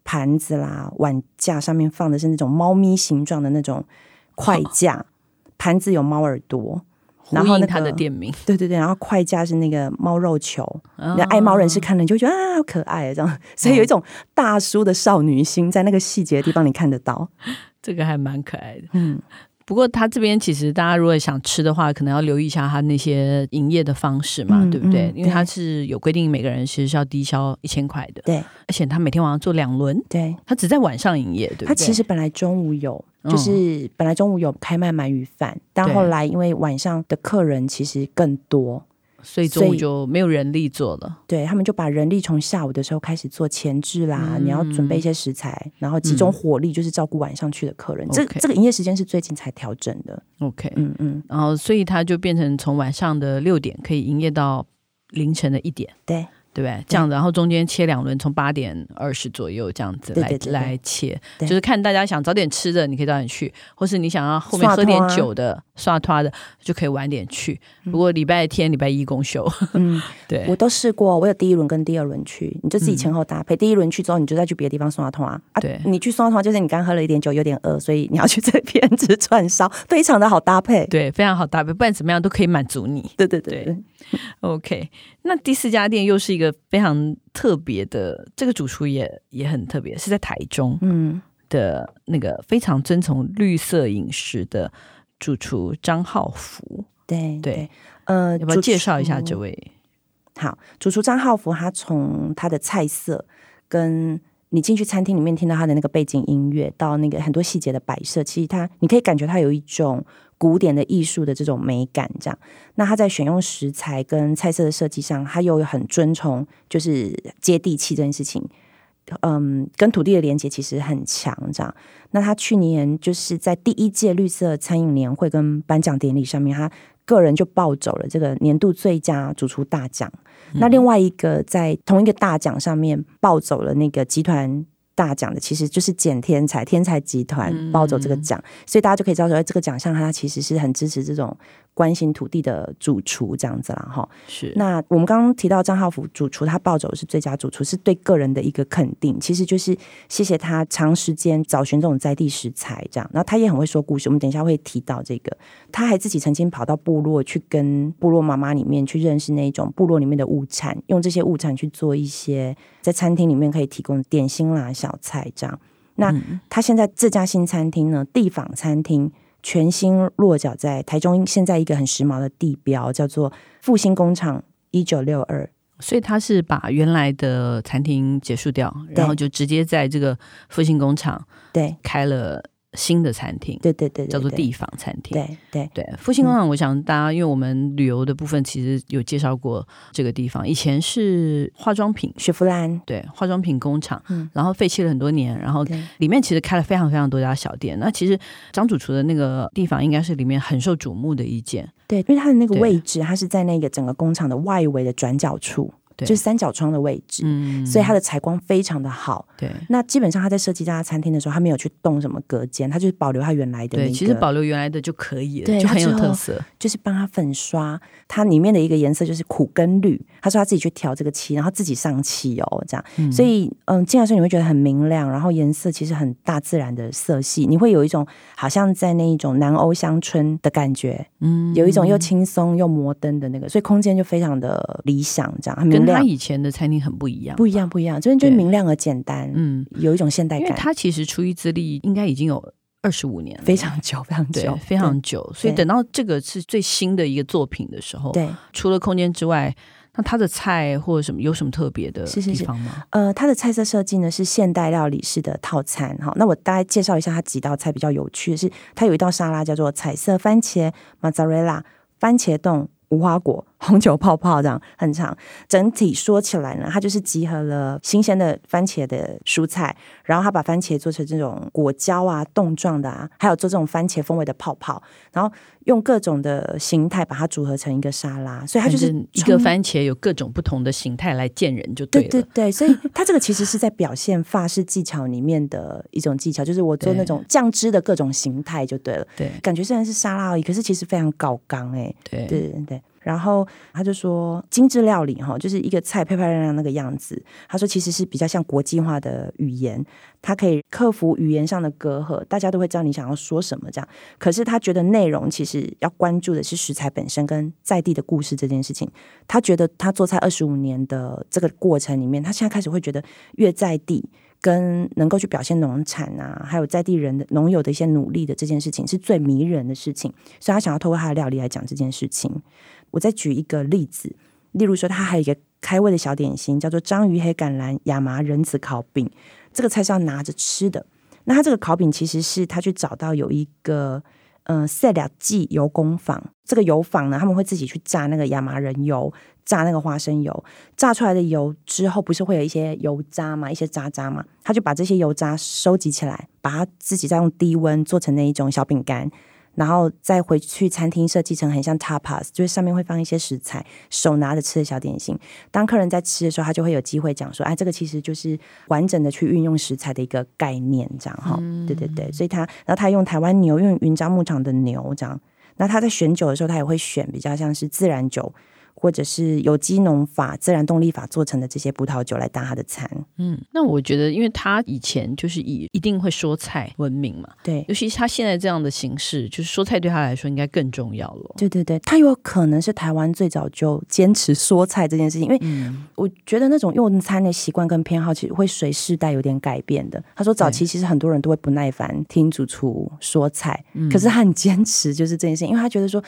S4: 盘子啦、碗架上面放的是那种猫咪形状的那种筷架，盘子有猫耳朵，然
S3: 呼
S4: 后那
S3: 应
S4: 个
S3: 他的店名，
S4: 对对对，然后筷架是那个猫肉球。 那
S3: 那
S4: 爱猫人士看了你就会觉得啊，好可爱这样， 所以有一种大叔的少女心在那个细节的地方你看得到。
S3: 这个还蛮可爱的。
S4: 嗯，
S3: 不过他这边其实大家如果想吃的话，可能要留意一下他那些营业的方式嘛，
S4: 嗯
S3: 对不对？
S4: 嗯
S3: 因为他
S4: 对
S3: 是有规定每个人其实是要低消一千块的，
S4: 对
S3: 而且他每天晚上做两轮，
S4: 对，
S3: 他只在晚上营业，对不对？嗯
S4: 他其实本来中午有，就是本来中午有开卖鳗鱼饭，但
S3: 对
S4: 后来因为晚上的客人其实更多，
S3: 嗯所以中午
S4: 所以
S3: 就没有人力做了。
S4: 对他们就把人力从下午的时候开始做前置啦，
S3: 嗯
S4: 你要准备一些食材，然后集中火力就是照顾晚上去的客人。这
S3: OK
S4: 这个营业时间是最近才调整的，
S3: OK，
S4: 嗯嗯，
S3: 然后所以他就变成从晚上的六点可以营业到凌晨的一点，
S4: 对
S3: 对不对？这样子，然后中间切两轮，从八点二十左右这样子
S4: 对
S3: 来
S4: 对对对
S3: 来切，就
S4: 对
S3: 是看大家想早点吃的，你可以早点去，或是你想要后面
S4: 刷
S3: 喝点
S4: 拖啊
S3: 酒的、刷拖的，就可以晚点去。不过礼拜天、礼拜一公休，
S4: 嗯，
S3: 对
S4: 我都试过，我有第一轮跟第二轮去，你就自己前后搭配。第一轮去之后，你就再去别的地方刷通啊。啊
S3: 对
S4: 你去刷通就是你刚喝了一点酒，有点饿，所以你要去这边吃串烧，非常的好搭配。
S3: 对，非常好搭配，不管怎么样都可以满足你。
S4: 对对对
S3: 对
S4: 对。
S3: OK，那第四家店又是一个非常特别的，这个主厨也也很特别，是在台中
S4: 嗯，
S3: 的那个非常遵从绿色饮食的主厨张浩福，
S4: 对
S3: 对，
S4: 呃，
S3: 要不要
S4: 主
S3: 介绍一下
S4: 厨
S3: 这位？
S4: 好，主厨张浩福，他从他的菜色跟你进去餐厅里面听到他的那个背景音乐，到那个很多细节的摆设，其实他你可以感觉他有一种古典的艺术的这种美感。这样，那他在选用食材跟菜色的设计上，他又很遵从就是接地气这件事情。嗯，跟土地的连接其实很强，这样。那他去年就是在第一届绿色餐饮年会跟颁奖典礼上面，他个人就抱走了这个年度最佳主厨大奖。那另外一个在同一个大奖上面抱走了那个集团大奖的，其实就是简天才天才集团抱走这个奖，所以大家就可以知道说，哎这个奖项它其实是很支持这种关心土地的主厨这样子啦，哈。
S3: 是
S4: 那我们刚刚提到张浩福主厨，他抱走的是最佳主厨，是对个人的一个肯定。其实就是谢谢他长时间找寻这种在地食材，这样。然后他也很会说故事，我们等一下会提到这个。他还自己曾经跑到部落去跟部落妈妈里面去认识那种部落里面的物产，用这些物产去做一些在餐厅里面可以提供点心啦、小菜这样。那他现在这家新餐厅呢，地坊餐厅。全新落脚在台中现在一个很时髦的地标，叫做复兴工厂一九六二，
S3: 所以他是把原来的餐厅结束掉，然后就直接在这个复兴工厂
S4: 对
S3: 开了新的餐厅，
S4: 对对对，对
S3: 叫做
S4: 对
S3: 地坊餐厅。
S4: 对嗯对
S3: 对，复兴工厂，我想大家因为我们旅游的部分其实有介绍过这个地方，以前是化妆品，
S4: 雪佛兰，
S3: 对，化妆品工厂，
S4: 嗯
S3: 然后废弃了很多年，然后
S4: 对
S3: 里面其实开了非常非常多家小店。那其实张主厨的那个地方应该是里面很受瞩目的一间，
S4: 对，因为它的那个
S3: 对
S4: 位置，它是在那个整个工厂的外围的转角处，
S3: 对
S4: 就是三角窗的位置，
S3: 嗯，
S4: 所以它的采光非常的好。
S3: 对。
S4: 那基本上他在设计这家餐厅的时候，他没有去动什么隔间，他就是保留他原来的那
S3: 对，
S4: 个，
S3: 其实保留原来的就可以了，
S4: 对
S3: 就很有
S4: 它之后
S3: 特色。
S4: 就是帮他粉刷，它里面的一个颜色就是苦跟绿。他说他自己去调这个漆，然后自己上漆哦，这样。所以，嗯，进来的时候你会觉得很明亮，然后颜色其实很大自然的色系，你会有一种好像在那一种南欧乡村的感觉，
S3: 嗯，
S4: 有一种又轻松又摩登的那个，所以空间就非常的理想，这样很明
S3: 跟他
S4: 亮，
S3: 以前的餐厅很不一样，
S4: 不一样，不一样，这边就是
S3: 对
S4: 明亮而简单，
S3: 嗯，
S4: 有一种现代
S3: 因为
S4: 感，
S3: 他其实厨艺资历应该已经有二十五年了，
S4: 非常久，非常久
S3: 对，，非常久。所以
S4: 对
S3: 等到这个是最新的一个作品的时候，
S4: 对。对
S3: 除了空间之外，那它的菜或者什么有什么特别的
S4: 是是
S3: 地
S4: 是
S3: 方吗？
S4: 呃，它的菜色设计呢是现代料理式的套餐哈。那我大概介绍一下它几道菜比较有趣的是，它有一道沙拉叫做彩色番茄 mozzarella 番茄冻无花果，红酒泡泡这样很长。整体说起来呢，它就是集合了新鲜的番茄的蔬菜，然后它把番茄做成这种果胶啊、冻状的啊，还有做这种番茄风味的泡泡，然后用各种的形态把它组合成一个沙拉，所以它就是
S3: 一个
S4: 充
S3: 番茄有各种不同的形态来见人就对
S4: 对
S3: 了。
S4: 对对，所以它这个其实是在表现法式技巧里面的一种技巧，就是我做
S3: 对
S4: 那种酱汁的各种形态就对了。
S3: 对
S4: 感觉虽然是沙拉而已，可是其实非常高纲哎、
S3: 对
S4: 对对对。然后他就说，精致料理哈，就是一个菜漂漂亮亮那个样子。他说其实是比较像国际化的语言，它可以克服语言上的隔阂，大家都会知道你想要说什么这样。可是他觉得内容其实要关注的是食材本身跟在地的故事这件事情。他觉得他做菜二十五年的这个过程里面，他现在开始会觉得越在地。跟能够去表现农产啊，还有在地人的农友的一些努力的这件事情，是最迷人的事情。所以他想要透过他的料理来讲这件事情。我再举一个例子，例如说，它还有一个开胃的小点心，叫做章鱼黑橄榄亚麻仁子烤饼，这个菜是要拿着吃的。那它这个烤饼其实是他去找到有一个嗯塞俩记油工坊，这个油坊呢，他们会自己去榨那个亚麻仁油，榨那个花生油，榨出来的油之后不是会有一些油渣嘛，一些渣渣嘛，他就把这些油渣收集起来，把它自己再用低温做成那一种小饼干。然后再回去餐厅设计成很像 tapas，就是上面会放一些食材，手拿着吃的小点心。当客人在吃的时候，他就会有机会讲说：“哎，这个其实就是完整的去运用食材的一个概念，这样哈。对对对，所以他，然后他用台湾牛，用云漳牧场的牛这样。那他在选酒的时候，他也会选比较像是自然酒。或者是有机农法、自然动力法做成的这些葡萄酒来搭他的餐，
S3: 嗯，那我觉得，因为他以前就是以一定会说菜闻名嘛，
S4: 对，
S3: 尤其是他现在这样的形式，就是说菜对他来说应该更重要了。
S4: 对对对，他有可能是台湾最早就坚持 说菜这件事情，因为
S3: 嗯
S4: 我觉得那种用餐的习惯跟偏好，其实会随世代有点改变的。他说早期其实很多人都会不耐烦听主厨说菜，可是他很坚持就是这件事情，因为他觉得说。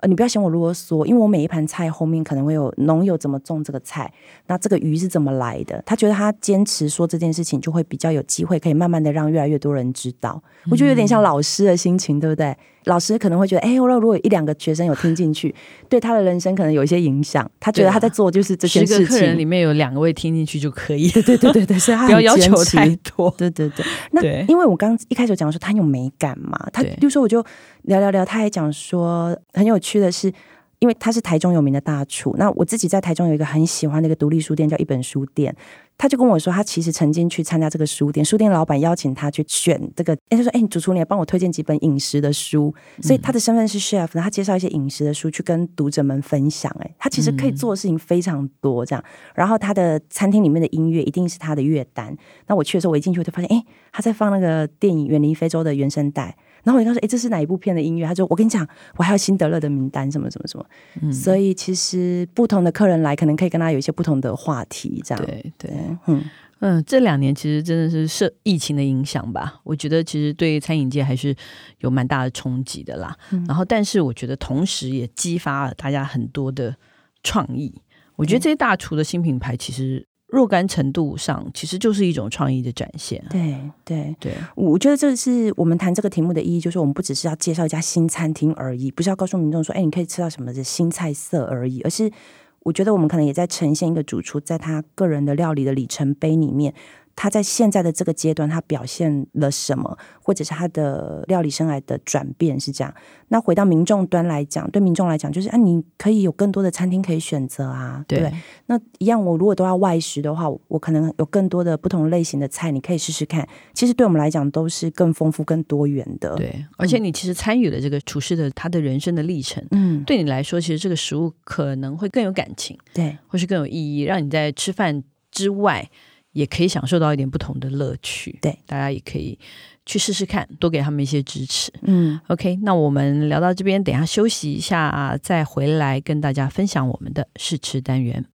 S4: 呃，你不要嫌我啰嗦，因为我每一盘菜后面可能会有农友怎么种这个菜，那这个鱼是怎么来的？他觉得他坚持说这件事情，就会比较有机会，可以慢慢的让越来越多人知道。我觉得有点像老师的心情，对不对？老师可能会觉得，哎、我如果有一两个学生有听进去，对他的人生可能有一些影响。他觉得他在做就是这
S3: 十
S4: 件
S3: 个
S4: 事
S3: 客人里
S4: 情，
S3: 面有 两个位听进去就可以，
S4: 对对对对，所以 他
S3: 不要
S4: 很
S3: 要
S4: 坚
S3: 求
S4: 持
S3: 太多。
S4: 对对对，那
S3: 对
S4: 因为我刚一开始有讲说他很有美感嘛，他
S3: 对
S4: 比如说我就聊聊聊，他还讲说很有趣的是，因为他是台中有名的大厨，那我自己在台中有一个很喜欢的一个独立书店叫一本书店，他就跟我说他其实曾经去参加这个书店，书店老板邀请他去选这个，哎，他说哎，你主厨你也帮我推荐几本饮食的书，所以他的身份是 chef，他介绍一些饮食的书去跟读者们分享，哎，他其实可以做的事情非常多这样，然后他的餐厅里面的音乐一定是他的乐单，那我去的时候，我一进去我就发现，哎，他在放那个电影《远离非洲》的原声带。然后我就跟他说：“哎，这是哪一部片的音乐？”他说：“我跟你讲，我还有辛德勒的名单，什么什么什么。
S3: 嗯
S4: 所以其实不同的客人来，可能可以跟他有一些不同的话题，这样。
S3: 对对，
S4: 嗯，
S3: 嗯，这两年其实真的是受疫情的影响吧，我觉得其实对餐饮界还是有蛮大的冲击的啦。然后，但是我觉得同时也激发了大家很多的创意。我觉得这些大厨的新品牌，其实若干程度上其实就是一种创意的展现啊。
S4: 对对，
S3: 对，
S4: 我觉得这是我们谈这个题目的意义，就是我们不只是要介绍一家新餐厅而已，不是要告诉民众说，哎，你可以吃到什么的新菜色而已，而是我觉得我们可能也在呈现一个主厨在他个人的料理的里程碑里面，他在现在的这个阶段，他表现了什么，或者是他的料理生涯的转变是这样。那回到民众端来讲，对民众来讲，就是啊，你可以有更多的餐厅可以选择啊，对不对
S3: 对
S4: 那一样，我如果都要外食的话，我我可能有更多的不同类型的菜，你可以试试看。其实对我们来讲都是更丰富、更多元的。，
S3: 对，而且你其实参与了这个厨师的他的人生的历程，
S4: 嗯，
S3: 对你来说，其实这个食物可能会更有感情，
S4: 对
S3: 或是更有意义，让你在吃饭之外也可以享受到一点不同的乐趣。
S4: 对，
S3: 大家也可以去试试看，多给他们一些支持。
S4: 嗯，
S3: OK，那我们聊到这边，等一下休息一下，再回来跟大家分享我们的试吃单元。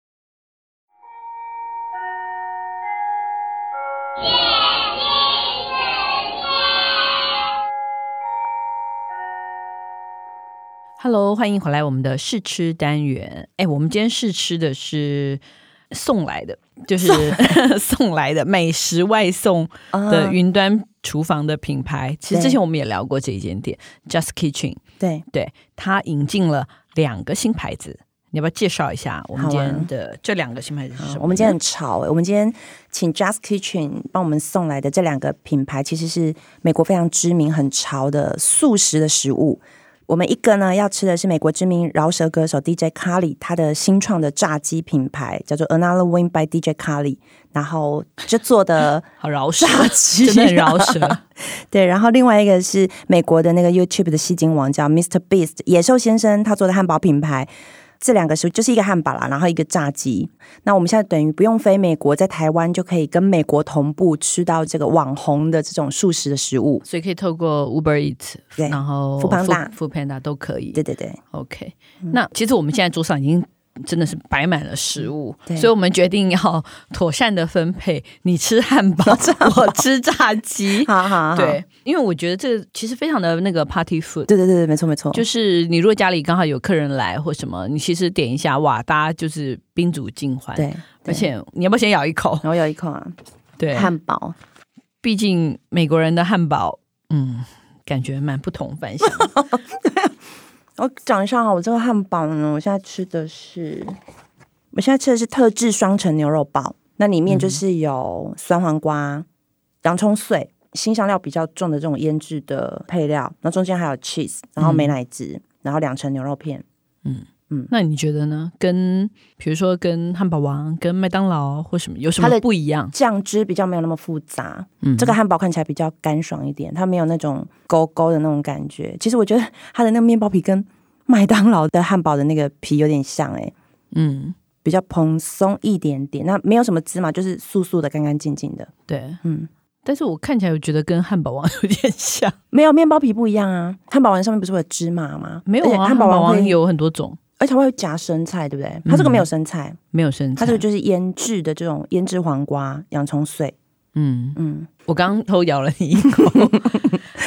S3: Hello，欢迎回来我们的试吃单元。哎，我们今天试吃的是送来的，就是 送来的美食外送
S4: 啊
S3: 的云端厨房的品牌，其实之
S4: 对
S3: 前我们也聊过这一间店，Just Kitchen，
S4: 对
S3: 对它引进了两个新牌子你要不要介绍一下我们今
S4: 好啊
S3: 天的这两个新牌子是什
S4: 好
S3: 么呢？
S4: 啊我们今天很潮、欸，我们今天请 Just Kitchen 帮我们送来的这两个品牌，其实是美国非常知名、很潮的素食的食物。我们一个呢要吃的是美国知名饶舌歌手 DJ Kali 他的新创的炸鸡品牌，叫做 Another Win by DJ Kali，然后就做的
S3: 好饶 舌，
S4: 炸鸡，
S3: 真的很 饶舌。
S4: 对，然后另外一个是美国的那个 YouTube 的吸金王叫 Mr Beast 野兽先生，他做的汉堡品牌。这两个食物就是一个汉堡啦，然后一个炸鸡。那我们现在等于不用飞美国，在台湾就可以跟美国同步吃到这个网红的这种素食的食物。
S3: 所以可以透过 Uber Eats，
S4: 对
S3: 然后
S4: Foodpanda
S3: 富 Panda 都可以。
S4: 对对 嗯对，
S3: OK，、那其实我们现在桌上已经真的是摆满了食物，
S4: 对
S3: 所以我们决定要妥善的分配，你吃汉 堡，我吃炸鸡。
S4: 好好好，
S3: 对，因为我觉得这个其实非常的那个 party food。
S4: 对对对对，没错没错，
S3: 就是你如果家里刚好有客人来或什么，你其实点一下，哇，大家就是宾主尽欢。，
S4: 对。
S3: 而
S4: 对
S3: 且你要不要先咬一 口？
S4: 然后有一口啊，
S3: 对，
S4: 汉堡，
S3: 毕竟美国人的汉堡，嗯，感觉蛮不同凡 响。
S4: 我讲一下哈，我这个汉堡呢，我现在吃的是，我现在吃的是特制双层牛肉堡，那里面就是有酸黄瓜、洋葱碎、新香料比较重的这种腌制的配料，然后中间还有 cheese，然后美乃滋，然后两层牛肉片。
S3: 那你觉得呢？跟比如说跟汉堡王、跟麦当劳或什么有什
S4: 它
S3: 么
S4: 的
S3: 不一样？
S4: 酱汁比较没有那么复杂，
S3: 嗯，
S4: 这个汉堡看起来比较干爽一点，它没有那种勾勾的那种感觉。其实我觉得它的那个面包皮跟麦当劳的汉堡的那个皮有点像哎诶、
S3: 嗯，
S4: 比较蓬松一点点，那没有什么芝麻，就是素素的、干干净净的。
S3: 对，
S4: 嗯，
S3: 但是我看起来我觉得跟汉堡王 有点像，
S4: 没有面包皮不一样啊，汉堡王上面不是会有芝麻吗？
S3: 没有
S4: 而且
S3: 啊，
S4: 汉堡
S3: 堡
S4: 王
S3: 王
S4: 会，
S3: 有很嗯多种，
S4: 而且它会夹生菜，对不对？它这个没有生菜，
S3: 没有生菜
S4: 它这。个就是腌制的这种腌制黄瓜、洋葱碎。
S3: 嗯，
S4: 嗯，
S3: 我刚刚偷咬了你一 口。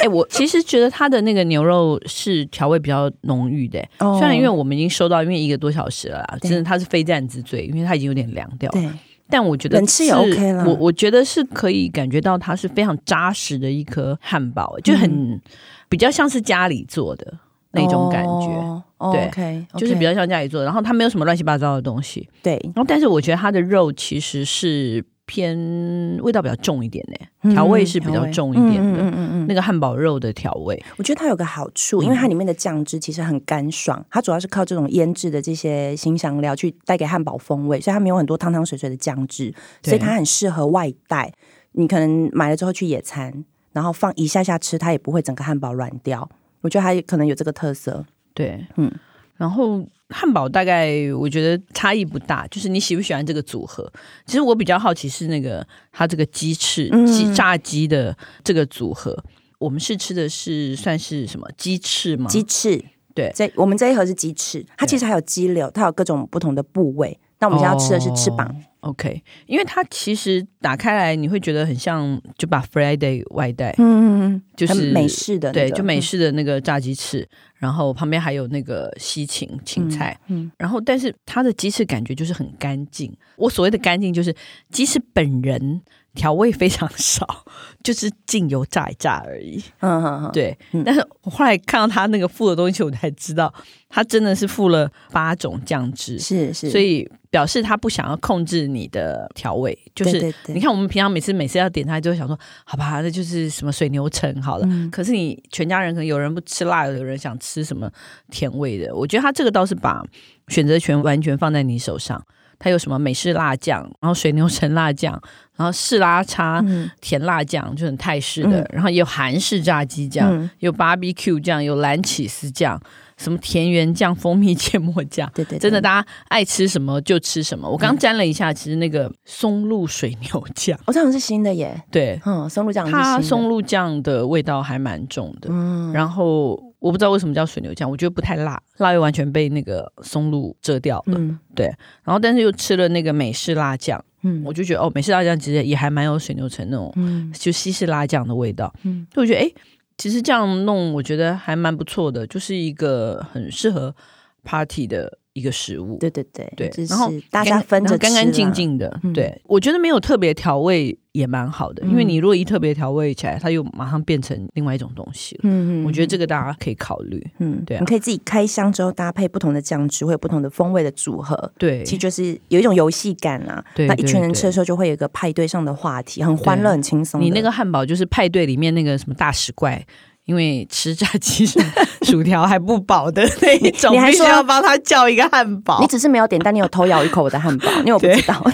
S3: 哎、我其实觉得它的那个牛肉是调味比较浓郁的、
S4: 哦
S3: 虽然因为我们已经收到，因为一个多小时了啦，
S4: 对
S3: 真的它是非战之罪，因为它已经有点凉掉了。
S4: 对
S3: 但我觉得
S4: 冷吃也
S3: 是
S4: OK 啦
S3: 我我觉得是可以感觉到它是非常扎实的一颗汉堡，就很、
S4: 嗯
S3: 比较像是家里做的那种感觉。
S4: 哦哦
S3: 对
S4: OK，
S3: 就是比较像家里做的，然后它没有什么乱七八糟的东西，
S4: 对
S3: 然后但是我觉得它的肉其实是偏味道比较重一点呢、
S4: 嗯
S3: 调味是比较
S4: 调味
S3: 重一点
S4: 嗯
S3: 的，
S4: 嗯嗯嗯嗯
S3: 那个汉堡肉的调味，
S4: 我觉得它有个好处，
S3: 嗯
S4: 因为它里面的酱汁其实很干爽，它主要是靠这种腌制的这些新香料去带给汉堡风味，所以它没有很多汤汤水水的酱汁，
S3: 对
S4: 所以它很适合外带。你可能买了之后去野餐，然后放一下下吃，它也不会整个汉堡软掉。我觉得它也可能有这个特色，
S3: 对，
S4: 嗯
S3: 嗯，然后汉堡大概我觉得差异不大，就是你喜不喜欢这个组合。其实我比较好奇是那个它这个鸡翅
S4: 嗯
S3: 鸡炸鸡的这个组合。我们是吃的是算是什么鸡翅吗？
S4: 鸡翅。
S3: 啊对
S4: 这我们这一盒是鸡翅，它其实还有鸡柳，它有各种不同的部位。那我们现在要吃的是翅
S3: 哦
S4: 膀，
S3: OK，因为它其实打开来你会觉得很像就把 Friday 外带，
S4: 嗯嗯嗯，
S3: 就是
S4: 很美式的那个、
S3: 对，就美
S4: 嗯
S3: 式的那个炸鸡翅，然后旁边还有那个西芹芹菜，
S4: 嗯
S3: 然后，但是它的鸡翅感觉就是很干净。我所谓的干净，就是鸡翅本人调味非常少， 就是酱油炸一炸而已。
S4: 嗯嗯嗯，
S3: 对，
S4: 嗯
S3: 但是我后来看到它那个附的东西，我才知道它真的是附了八种酱汁，
S4: 是是，
S3: 所以表示他不想要控制你的调味，就是
S4: 对对对
S3: 你看，我们平常每次每次要点它，就会想说，好吧，那就是什么水牛城好了。
S4: 嗯
S3: 可是你全家人可能有人不吃辣，有人想吃什么甜味的。我觉得它这个倒是把选择权完全放在你手上。它有什么美式辣酱，然后水牛城辣酱，然后士拉叉
S4: 嗯
S3: 甜辣酱，就是很泰式的，
S4: 嗯
S3: 然后也有韩式炸鸡酱，
S4: 嗯
S3: 有 BBQ 酱，有蓝起司酱，什么田园酱、蜂蜜芥末酱。
S4: 对对，
S3: 真的，
S4: 对
S3: 大家爱吃什么就吃什么。我刚沾了一下，其实那个松露水牛酱，
S4: 哦，这好像是新的耶，
S3: 对，
S4: 嗯，松露酱
S3: 它
S4: 是新的
S3: 松露酱的味道还蛮重的。
S4: 嗯，
S3: 然后我不知道为什么叫水牛酱，我觉得不太辣，辣又完全被那个松露遮掉了。
S4: 嗯
S3: 然后但是又吃了那个美式辣酱，
S4: 嗯
S3: 我就觉得哦，美式辣酱其实也还蛮有水牛城那种
S4: 嗯
S3: 就西式辣酱的味道。
S4: 嗯
S3: 嗯，就我觉得哎，诶其实这样弄，我觉得还蛮不错的，就是一个很适合 party 的一个食物。
S4: 对对对
S3: 对
S4: 就，
S3: 然后
S4: 是大家
S3: 干
S4: 分
S3: 然
S4: 着
S3: 后干干
S4: 吃
S3: 净
S4: 啦。
S3: 净的。
S4: 嗯
S3: 对，我觉得没有特别调味也蛮好的，因为
S4: 嗯
S3: 你如果一特别调味起来，它又马上变成另外一种东西了。
S4: 嗯
S3: 我觉得这
S4: 个，
S3: 个大家可以考虑。
S4: 嗯
S3: 对啊
S4: 你可以自己开箱之后搭配不同的酱汁，会有不同的风味的组合。
S3: 对，
S4: 其实就是有一种游戏感啦、
S3: 对
S4: 那一群人
S3: 对
S4: 吃的时候，就会有一个派对上的话题，很欢乐、
S3: 对
S4: 很轻松的。
S3: 你那个汉堡就是派对里面那个什么大食怪。因为吃炸鸡薯条还不饱的那一 种，
S4: 你还
S3: 必须
S4: 说
S3: 要帮他叫一个汉堡
S4: 你。只是没有点，但你有偷咬一口我的汉堡，因为我不知 道。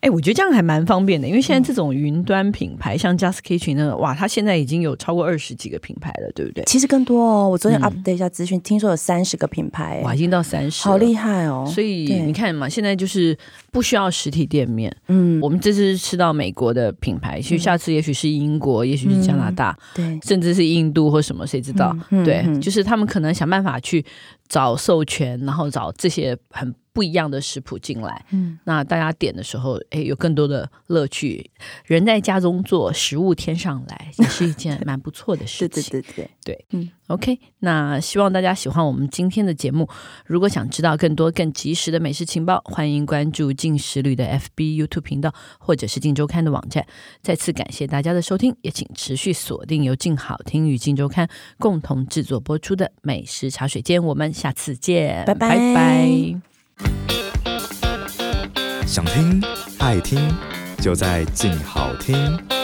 S3: 哎、我觉得这样还蛮方便的，因为现在这种云端品牌，像 Just Kitchen 那个，哇，它现在已经有超过二十几个品牌了，对不对？
S4: 其实更多哦，我昨天
S3: 嗯
S4: update 一下资讯，听说有三十个品牌，
S3: 哇，已经到三十，
S4: 好厉害哦！
S3: 所以
S4: 对
S3: 你看嘛，现在就是不需要实体店面。
S4: 嗯，
S3: 我们这次吃到美国的品牌，其实下次也许是英国，也许是加拿大，
S4: 对，
S3: 甚至是印度或什么，谁知道？
S4: 嗯嗯
S3: 对，
S4: 嗯
S3: 就是他们可能想办法去找授权，然后找这些很不一样的食谱进来。
S4: 嗯，
S3: 那大家点的时候，哎，有更多的乐趣。人在家中做，食物天上来，也是一件 蛮不错的事
S4: 对
S3: 情
S4: 对。对对，
S3: OK，那希望大家喜欢我们今天的节目。如果想知道更多更及时的美食情报，欢迎关注进食旅的 FB、YouTube 频道，或者是静周刊的网站。再次感谢大家的收听，也请持续锁定由静好听与静周刊共同制作播出的美食茶水间。我们下次见，
S4: 拜拜
S3: 拜拜
S5: 想听爱听，就在静好听。